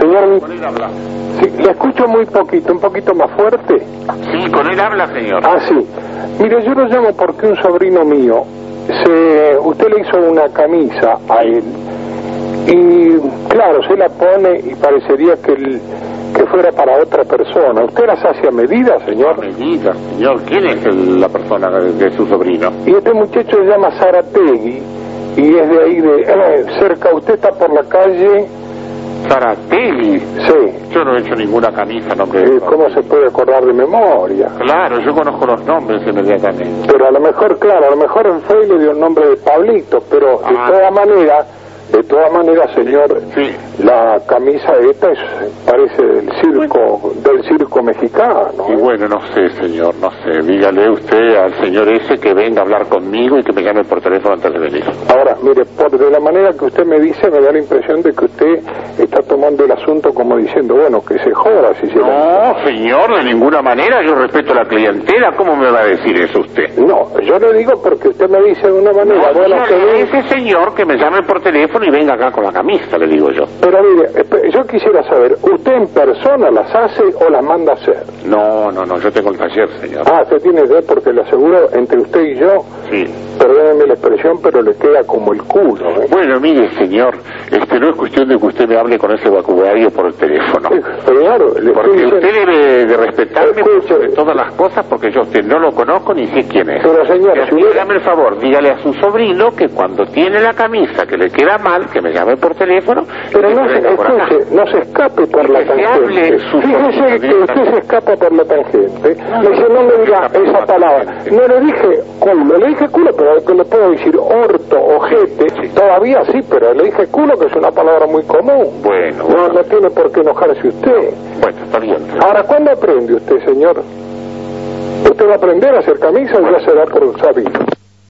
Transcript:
él habla. Eh, Sí, le escucho muy poquito, un poquito más fuerte. Sí, con él habla, señor. Ah, sí. Mire, yo lo llamo porque un sobrino mío, se, usted le hizo una camisa a él. Y claro, se la pone y parecería que, el- que fuera para otra persona. ¿Usted las hace a medida, señor? Me diga, señor, ¿quién es el- la persona de, de su sobrino? Y este muchacho se llama Zarategui y es de ahí, de eh, cerca. Usted está por la calle. Zaratelli. Sí, Yo no he hecho ninguna camisa, nombre de Eh, Dios. ¿Cómo se puede acordar de memoria? Claro, yo conozco los nombres inmediatamente. Pero a lo mejor, claro, a lo mejor en Facebook le dio el nombre de Pablito, pero de Ah. toda manera, de toda manera, señor, Sí. la camisa esta es, parece del circo, del circo mexicano. ¿eh? Y bueno, no sé, señor, no sé. Dígale usted al señor ese que venga a hablar conmigo y que me llame por teléfono antes de venir. Ahora, mire, por, de la manera que usted me dice, me da la impresión de que usted está tomando el asunto como diciendo, bueno, que se joda si se la... No, señor, de ninguna manera. Yo respeto la clientela. ¿Cómo me va a decir eso usted? No, yo le digo porque usted me dice de una manera, No, bueno, que dígale a ese señor que me llame por teléfono y venga acá con la camisa, le digo yo. Pero mire, esp- yo quisiera saber, ¿usted en persona las hace o las manda a hacer? No, no, no, yo tengo el taller, señor. Ah, se tiene que porque le aseguro, entre usted y yo, Sí. perdóneme la expresión, pero le queda como el culo. ¿eh? Bueno, mire, señor, este no es cuestión de que usted me hable con ese vacuario por el teléfono. Eh, Pero claro, le estoy Porque diciendo- usted debe de respetarme por Escuche. sobre todas las cosas porque yo a usted no lo conozco ni sé quién es. Pero, señor, Pero, si hubiera- Dígame el favor, dígale a su sobrino que cuando tiene la camisa que le queda mal, que me llame por teléfono. y Pero que no se, venga por acá. escuche, no se escape por la Que se hable tangente. su- Fíjese que usted se escapa por la tangente. No, Me dice, no me diga no, esa no, palabra. No le dije culo, le dije culo, pero que le puedo decir orto, ojete. Todavía sí, pero le dije culo, que es una palabra muy común. Bueno, No, bueno, no tiene por qué enojarse usted. bueno, está bien. Ahora, ¿cuándo aprende usted, señor? ¿Usted va a aprender a hacer camisas o ya será por sabido?